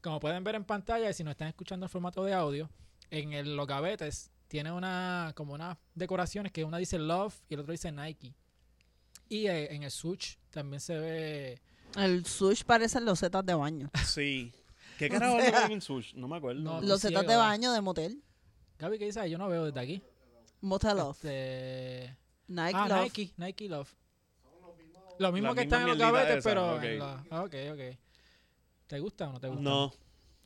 Como pueden ver en pantalla, y si nos están escuchando en formato de audio, en el, los gavetes tiene una, como unas decoraciones que una dice Love y el otro dice Nike. Y eh, en el switch también se ve...
El sush parecen los setas de baño.
Sí. ¿Qué carajo es en Sush? No me acuerdo.
No.
Los
Ciego,
setas de
¿verdad?
baño de motel.
Gaby, ¿qué dice? ahí? Yo no veo desde aquí.
Motel Love.
Este,
Nike
ah,
Love.
Nike, Nike Love. Lo mismo
Las
que están en
mismas
los gavetes,
mierditas
pero...
esas,
en
ok.
la- ah, ok, ok. ¿Te gustan o no te gustan?
No,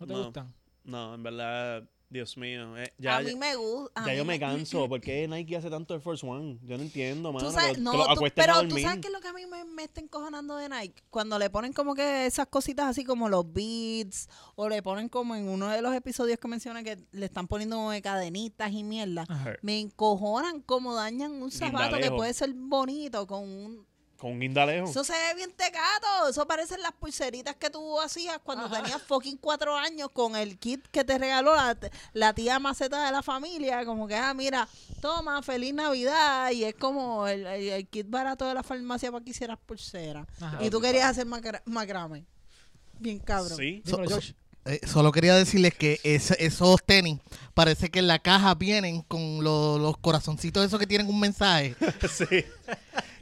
¿No te
no.
gustan?
no, en verdad, Dios mío. eh, ya,
a mí me gusta. a
ya
mí
yo me
me-
canso. ¿Por qué Nike hace tanto Air Force One? Yo no entiendo, mano.
Tú sabes,
que lo-
no,
que lo
tú-
acuesten a
pero tú
dormir.
sabes que es lo que a mí me, me está encojonando de Nike. Cuando le ponen como que esas cositas así como los beats, o le ponen como en uno de los episodios que menciona que le están poniendo como de cadenitas y mierda.
Ajá.
Me encojonan como dañan un zapato que
Guindalejo.
puede ser bonito con un...
Con un guindalejo.
Eso se ve bien tecato. Eso parecen las pulseritas que tú hacías cuando tenías fucking cuatro años con el kit que te regaló la, la tía maceta de la familia. Como que, ah, mira, toma, feliz Navidad. Y es como el, el- el kit barato de la farmacia para que hicieras pulsera.
Ah,
Ajá.
Y tú querías hacer macra- macrame. Bien cabrón.
Sí.
Dímelo,
So- so-
George.
Eh, solo quería decirles que ese- esos tenis parece que en la caja vienen con lo- los corazoncitos esos que tienen un mensaje.
sí.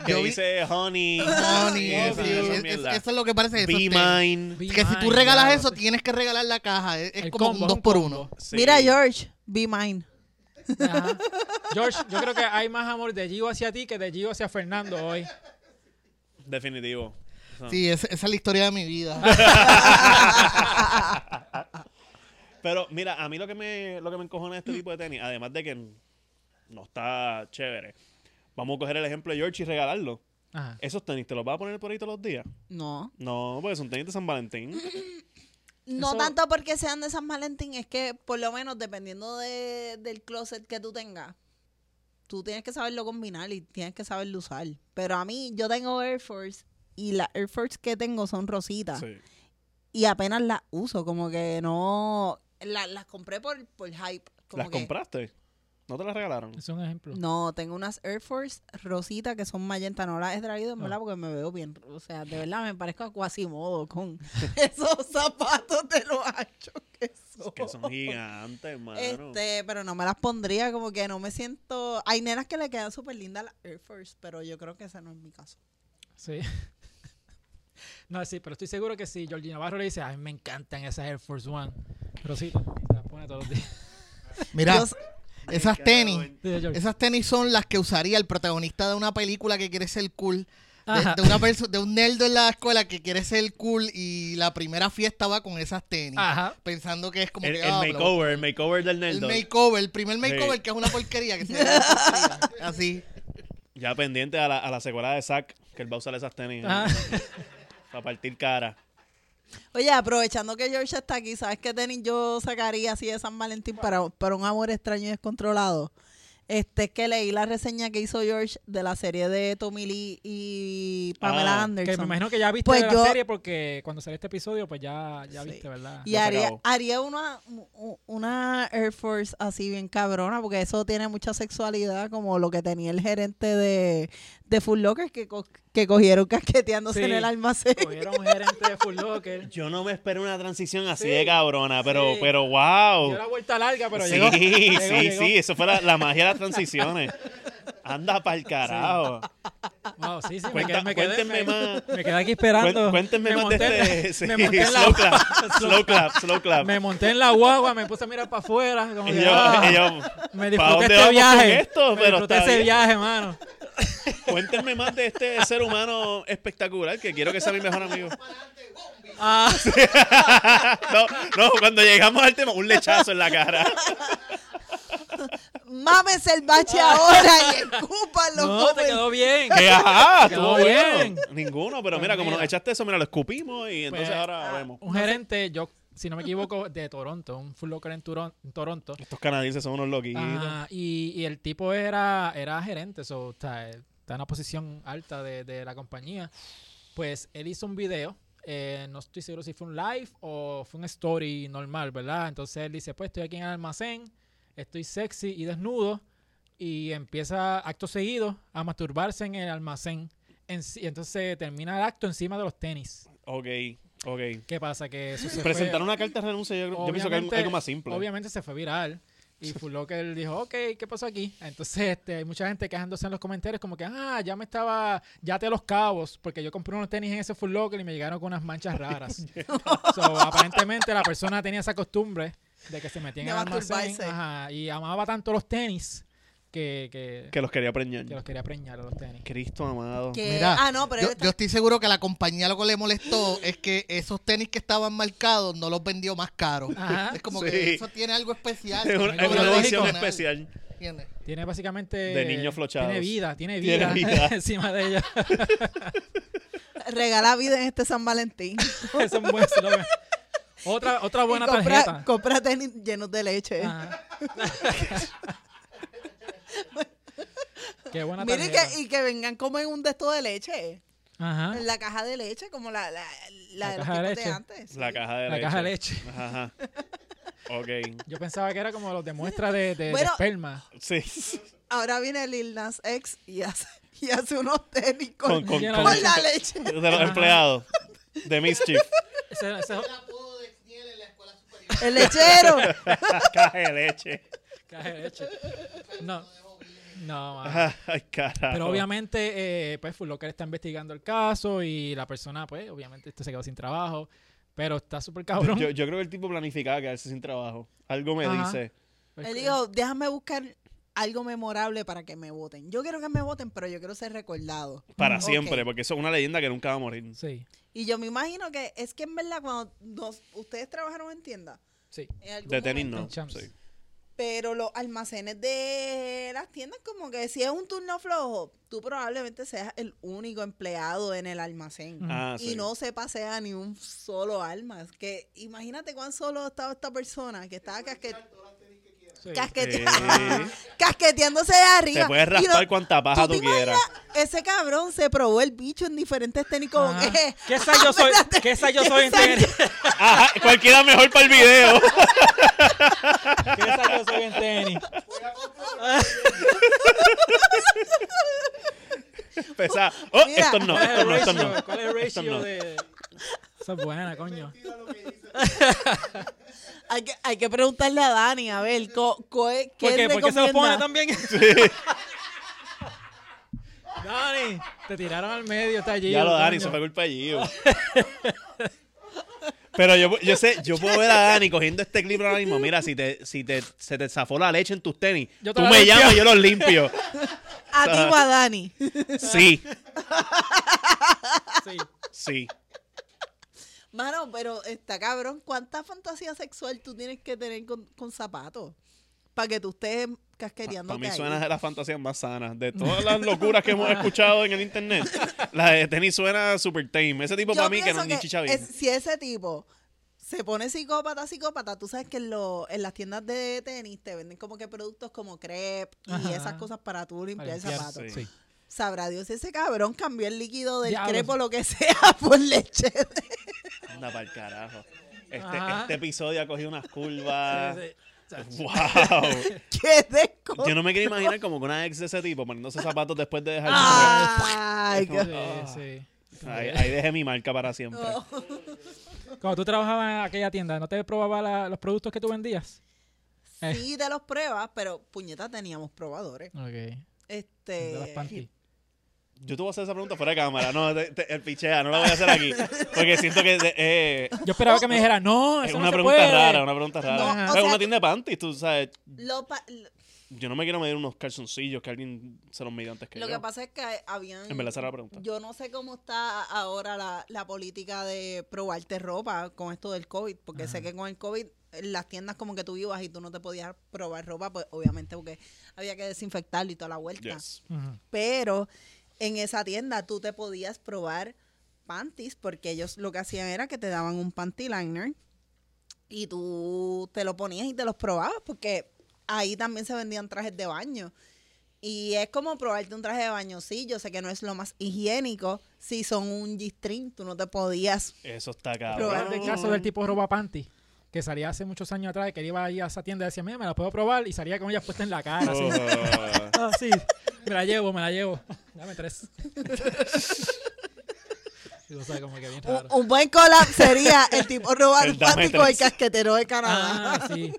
Que
Yo vi-
dice Honey.
Honey,
Oh,
Esa-
sí,
esa
es-
mierda.
eso es lo que parece.
Be
esos tenis.
mine.
Be
Que si tú
mine,
regalas
claro,
eso,
sí.
tienes que regalar la caja. Es, es
El
como
combo,
un
es
2
un
por
combo.
1
Sí.
Mira, George, be mine.
Ajá. George, yo creo que hay más amor de Gio hacia ti que de Gio hacia Fernando hoy.
Definitivo.
Sí, es- esa es la historia de mi vida.
Pero mira, a mí lo que me lo que me encojona de
Mm.
este tipo de tenis, además de que no está chévere. Vamos a coger el ejemplo de George y regalarlo.
Ajá.
Esos tenis te los vas a poner por ahí todos los días.
No.
No, porque son tenis de San Valentín.
No
Eso-
tanto porque sean de San Valentín, es que por lo menos dependiendo de- del closet que tú tengas, tú tienes que saberlo combinar y tienes que saberlo usar. Pero a mí, yo tengo Air Force y las Air Force que tengo son rositas
Sí.
y apenas las uso, como que no... la- las compré por, por hype. como
¿Las
que-
compraste? ¿No te las regalaron?
Es un ejemplo.
No, tengo unas Air Force rositas que son magenta. No las he traído, en
Ah.
verdad, porque me veo bien. O sea, de verdad me parezco a Quasimodo con esos zapatos de lo ancho que son.
Que son gigantes, hermano.
Este, pero no me las pondría, como que no me siento. Hay nenas que le quedan súper lindas las Air Force, pero yo creo que ese no es mi caso.
Sí. No, sí, pero estoy seguro que si Georgie Navarro le dice, ay, me encantan esas Air Force One. Rosita, se las pone todos los días.
Mira,
Yo s-
esas tenis.
Dice George.
Esas tenis son las que usaría el protagonista de una película que quiere ser cool.
Ajá.
De, de una perso- de un nerdo en la escuela que quiere ser cool y la primera fiesta va con esas tenis.
Ajá.
Pensando que es como
El,
que
el
"Ah, bro,
makeover, el makeover del
El
Neldo.
makeover, el primer makeover
Sí.
que es una porquería. Que se ve así, así.
Ya pendiente a la, a la secuela de Zack, que él va a usar esas tenis.
Ajá.
Para partir cara.
Oye, aprovechando que George está aquí, ¿sabes qué tenis yo sacaría así de San Valentín para, para un amor extraño y descontrolado? Este es que leí la reseña que hizo George de la serie de Tommy Lee y Pamela
Ah,
Que me
Anderson.
imagino que ya viste
Pues
la
yo-
serie porque cuando salió este episodio, pues ya, ya
Sí.
viste, ¿verdad?
Y
Ya se
haría,
acabó.
haría una, u- una Air Force así bien cabrona, porque eso tiene mucha sexualidad, como lo que tenía el gerente de, de Full Locker, que, co- que cogieron casqueteándose
Sí.
en el almacén.
Cogieron un gerente de Full Locker.
Yo no me esperé una transición así
Sí.
de cabrona, pero,
Sí.
pero wow.
Dio la vuelta larga, pero
sí,
llegó.
sí,
Llegó, llegó.
sí, eso fue la, la magia de las transiciones. Anda pa'l carajo.
Wow, sí, sí, me
Cuenta-
quedé, me quedé- me-
cuéntenme más.
Me quedé aquí
Cuen-
esperando.
Cuéntenme
me
más
monté,
de este. Sí,
me, monté en
slow
la,
clap, slow clap, slow clap.
me monté en la guagua, me puse a mirar para afuera. Como que,
Y yo-
ah,
y yo,
me
¿pa' dónde
disfruté este
vamos
viaje.
con esto?
me
Pero
disfruté
está
ese
bien.
viaje, mano.
Cuéntenme más de este ser humano espectacular que quiero que sea mi mejor amigo.
Ah,
no, no, cuando llegamos al tema, un lechazo en la cara.
Mames el bache ahora y escúpalo.
no, te
joven.
quedó bien.
Que ajá, estuvo
Quedó
bueno.
Ah, bien.
Ninguno, pero
Pues
mira, como nos
mira.
echaste eso, mira, lo escupimos y entonces
Pues,
ahora vemos.
Un gerente, yo, si no me equivoco, de Toronto, un Full Locker en, Turon- en Toronto.
Estos canadienses son unos loquitos.
Ajá, y, y el tipo era, era gerente, so, o sea, está en una posición alta de, de la compañía. Pues él hizo un video, eh, no estoy seguro si fue un live o fue un story normal, ¿verdad? Entonces él dice, pues estoy aquí en el almacén, estoy sexy y desnudo, y empieza acto seguido a masturbarse en el almacén. En- y entonces termina el acto encima de los tenis.
Ok, ok.
¿Qué pasa? Que eso se fue-
Presentar una carta de renuncia, yo, creo- yo pienso que es algo-
Obviamente-
algo más simple.
Obviamente se fue viral. Y Full Locker dijo, ok, ¿qué pasó aquí? Entonces este, hay mucha gente quejándose en los comentarios como que, ah, ya me estaba, ya te los cabos, porque yo compré unos tenis en ese Full Locker y me llegaron con unas manchas raras. So, aparentemente la persona tenía esa costumbre de que se metía en
De
el almacén
masturbarse.
ajá, y amaba tanto los tenis que, que,
Que los quería preñar.
que los quería preñar a los tenis.
Cristo amado.
Que-
Mira,
ah, no, pero
yo,
él está-
yo estoy seguro que a la compañía lo que le molestó es que esos tenis que estaban marcados no los vendió más caros.
Ajá.
Es como
Sí.
que eso tiene algo especial.
Es una,
Algo
es una
lógico.
edición especial.
¿Entiendes?
Tiene básicamente...
De niños flochados.
Tiene vida, tiene vida,
Tiene vida.
encima de ella.
regala vida en este San Valentín.
es un buen slogan. Otra, otra buena
Y compra,
tarjeta. Ah,
compra tenis llenos de leche.
Ajá. Qué buena
Mire
tarjeta.
que, y que vengan como en un de estos de leche.
Ajá.
En la caja de leche, como la, la, la,
La
de los
caja de
tiempos de
leche.
antes.
La
sí.
caja de
La
leche.
caja de leche.
Ajá. ajá. Ok.
Yo pensaba que era como los de muestra de, de- de
Bueno.
esperma.
Sí.
Ahora viene Lil Nas X y hace, y hace unos tenis con,
Con, con-
Lleno
con-
de
con la leche.
de los empleados. De Mischief.
Ese- ese-
El lechero.
Caja de leche.
caja de leche. No. No, mano.
Ay, carajo.
Pero obviamente, eh, pues Full Locker está investigando el caso y la persona, pues, obviamente, este se quedó sin trabajo. Pero está súper cabrón.
Yo, yo creo que el tipo planificaba quedarse sin trabajo. Algo me
Ajá.
dice.
Él dijo, déjame buscar algo memorable para que me voten. Yo quiero que me voten, pero yo quiero ser recordado.
Para
Ok.
siempre, porque eso es una leyenda que nunca va a morir.
Sí,
Y yo me imagino que es que en verdad cuando nos- ustedes trabajaron en tienda,
sí.
en algún
De tenis
momento,
no.
En champs.
Sí.
pero los almacenes de las tiendas como que si es un turno flojo, tú probablemente seas el único empleado en el almacén.
Ujú.
Ah,
Y
sí.
no se pasea ni un solo alma. Es Que imagínate cuán solo estaba esta persona que estaba casque-
sí.
casquete-
Sí.
casqueteándose de arriba.
Te puedes
Y no-
raspar cuanta paja
¿tú
tú
te
quieras.
Ese cabrón se probó el bicho en diferentes tenis como
Ajá.
que...
¿Qué esa yo soy?
Espérate,
¿Qué esa yo soy en
esa
tenis?
Ajá, cualquiera mejor para el video.
¿Qué esa yo soy en tenis?
Empezar. Oh,
Mira.
estos no,
¿Cuál es
estos
el
no, estos
ratio?
no.
¿Cuál es el
Estos
ratio
no.
de...? Esa es buena, coño.
Mentira lo que dice.
Hay que, hay que preguntarle a Dani, a ver, co, co- ¿qué
¿Por qué? ¿Por qué se lo pone
recomienda?
también? Dani, te tiraron al medio, está allí.
Ya lo Dani,
coño.
se fue culpa de Gio. Pero yo, yo sé, yo puedo ver a Dani cogiendo este clip ahora mismo. Mira, si te, si te, se te zafó la leche en tus tenis,
Yo te
tú
la
me
limpio.
llamas y yo los limpio.
A ti o a Dani.
Sí,
Sí.
sí.
Mano, pero está cabrón, ¿cuánta fantasía sexual tú tienes que tener con, con zapatos? Para que tú estés casqueteándote
Para mí
ahí?
suena de las fantasías más sanas. De todas las locuras que hemos escuchado en el internet, la de tenis suena super tame. Ese tipo
Yo
para mí Pues, que no
pienso
ni chicha bien.
es- si ese tipo se pone psicópata, psicópata, tú sabes que en, lo- en las tiendas de tenis te venden como que productos como crepe y
Ajá.
esas cosas para tú limpiar
Para
el
limpiar,
zapato.
sí.
Sabrá Dios, ese cabrón cambió el líquido del
Diablo.
crepe o lo que sea por leche.
Anda para el carajo. Este,
Ajá.
este episodio ha cogido unas curvas.
Sí, sí.
¡Wow!
¡Qué desco!
Yo no me quería imaginar como que una ex de ese tipo poniéndose zapatos después de dejar.
Ah, ¡Ay,
Es como-
qué-
Sí, sí.
Ahí, ahí dejé mi marca para siempre.
Cuando tú trabajabas en aquella tienda, ¿no te probaba la- los productos que tú vendías? Eh.
Sí, de los pruebas, pero puñetas teníamos probadores.
Ok. De las
Este.
panties.
Yo te voy a hacer esa pregunta fuera de cámara. No, te- te- el pichea, no la voy a hacer aquí. Porque siento que de- eh,
Yo esperaba que me dijera, no,
es
eso
una
no se
pregunta
puede.
rara, una pregunta rara.
No, o
es
sea,
una tienda de panties, tú sabes.
Lo, pa-
Yo no me quiero medir unos calzoncillos que alguien se los mide antes que
lo
yo.
que pasa es que habían.
En verdad, esa era la pregunta.
Yo no sé cómo está ahora la, la política de probarte ropa con esto del COVID, porque sé
Ajá.
que con el COVID las tiendas como que tú ibas y tú no te podías probar ropa, pues obviamente porque había que desinfectarlo y toda la vuelta.
Yes.
Ujú.
Pero en esa tienda tú te podías probar panties porque ellos lo que hacían era que te daban un panty liner y tú te lo ponías y te los probabas porque ahí también se vendían trajes de baño. Y es como probarte un traje de baño, sí, yo sé que no es lo más higiénico, si son un G-string, tú no te podías.
Eso está
Probar
Recuerda
cabrón.
el caso del tipo roba panty que salía hace muchos años atrás, que él iba ahí a esa tienda y decía, mira, me la puedo probar, y salía con ellas puesta en la cara, así.
Oh.
Ah, sí, me la llevo, me la llevo. Dame tres. Y tú sabes, como que bien raro.
Un, un buen collab sería el tipo robando
El dame
panty con el
tres.
casquetero de Canadá.
Ah, sí,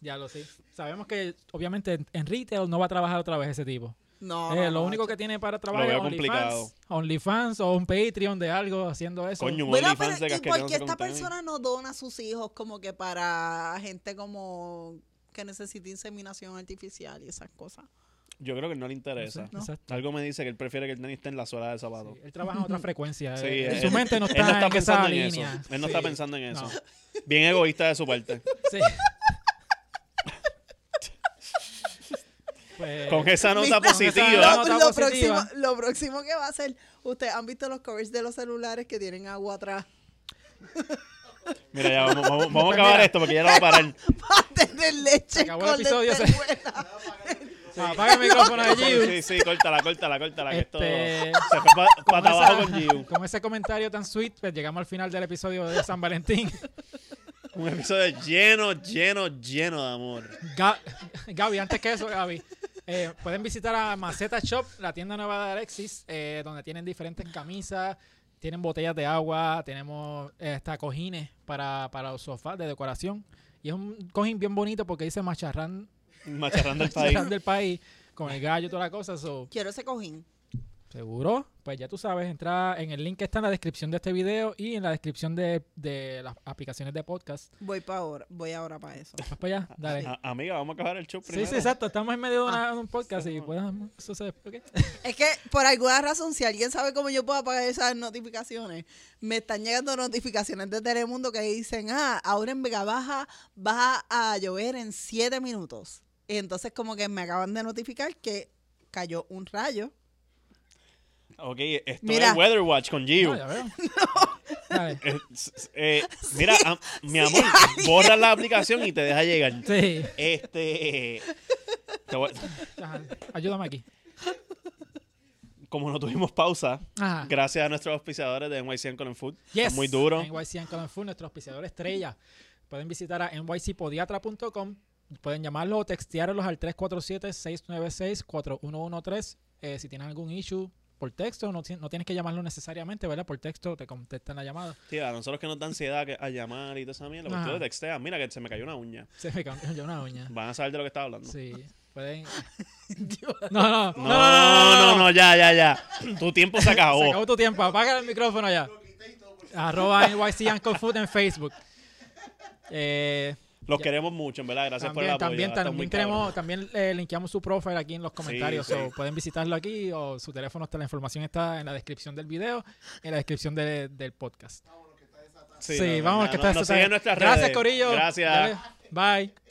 ya lo sé. Sabemos que, obviamente, en, en retail no va a trabajar otra vez ese tipo.
No,
Eh,
no,
lo
no,
único
chico.
que tiene para trabajar es
veo
OnlyFans
complicado.
OnlyFans o un Patreon de algo haciendo eso.
Coño, un
Bueno, pero
OnlyFans de
¿y
casqueteándose
por qué esta
con tenis.
persona no dona a sus hijos como que para gente como que necesita inseminación artificial y esas cosas?
Yo creo que no le interesa.
No sé, exacto.
Algo me dice que él prefiere que el tenis esté en la suela de zapato.
Sí, él trabaja en otra frecuencia.
Sí,
eh,
él-
su mente no
él
está,
no está
en
pensando
esa
en
línea.
eso. Él no está
Sí.
pensando en eso.
No.
Bien egoísta de su parte.
Sí. Pues,
Con esa nota
Con esa
Ah, positiva.
nota
lo, lo próximo,
positiva.
lo próximo que va a ser, ustedes han visto los covers de los celulares que tienen agua atrás
Mira, ya vamos, vamos- vamos a acabar esto porque ya no va a parar.
para tener leche.
acabó el
con
episodio, se-
lentejuela.
apaga el micrófono de Giu.
Sí, sí, córtala, córtala, córtala. Que esto
Este,
se fue pa-
con
pata abajo
esa-
con Giu.
Con ese comentario tan sweet, pues llegamos al final del episodio de San Valentín.
Un episodio lleno, lleno, lleno de amor.
Ga- Gaby, antes que eso, Gaby, eh, pueden visitar a Maceta Shop, la tienda nueva de Alexis, eh, donde tienen diferentes camisas, tienen botellas de agua, tenemos eh, hasta cojines para, para los sofás de decoración. Y es un cojín bien bonito porque dice macharrán,
Macharrando el país.
macharrán del país, con el gallo y toda la cosa. so,
Quiero ese cojín.
¿Seguro? Pues ya tú sabes, entra en el link que está en la descripción de este video y en la descripción de, de las aplicaciones de podcast.
Voy para ahora, voy ahora para eso.
Vas para allá, dale.
A- amiga, vamos a acabar el show
Sí,
ah, primero.
sí, exacto. Estamos en medio de, una- de un podcast y pues, podemos suceder. ok.
Es que por alguna razón, si alguien sabe cómo yo puedo apagar esas notificaciones, me están llegando notificaciones de Telemundo que dicen, ah, ahora en Vega Baja va a llover en siete minutos. Y entonces como que me acaban de notificar que cayó un rayo.
Ok, esto
Mira.
es Weather Watch con
No,
Giu.
Ah, ya veo. Dale.
Eh, s- s- eh, mira, am- mi amor, borra la aplicación y te deja llegar.
Sí.
Este. te voy-
Ajá. Ayúdame aquí.
como no tuvimos pausa,
Ajá.
gracias a nuestros auspiciadores de NYC Colin Food.
Yes.
Son muy duro.
NYC and Colin Food, nuestro auspiciador estrella. Pueden visitar a nycpodiatra.com. Pueden llamarlos o textearlos al 347-696-4113. Eh, si tienen algún issue por texto, no, ti- no tienes que llamarlo necesariamente, ¿verdad? Por texto te contestan la llamada.
Sí, a nosotros que nos da ansiedad que- a llamar y toda esa mierda,
Ajá.
pues tú le texteas, mira que se me cayó una uña.
Se me cambió una uña.
Van a saber de lo que estaba hablando.
Sí. Pueden... No, no, no,
No, no, no, ya, ya, ya. Tu tiempo se acabó.
Se acabó tu tiempo. Apaga el micrófono ya. Arroba NYC Uncle Food en Facebook. Eh,
Los
Ya.
queremos mucho, en verdad. Gracias por el
también,
apoyo.
también,
Están
también,
muy cabrones.
tenemos, también eh, linkeamos su profile aquí en los comentarios.
sí.
so, pueden visitarlo aquí o su teléfono está. La información está en la descripción del video, en la descripción de- del podcast. Sí,
no, no,
vamos,
no,
que está
no, Nos
está-
siguen en nuestras
Gracias,
redes.
Corillo.
Gracias.
Dale. Bye.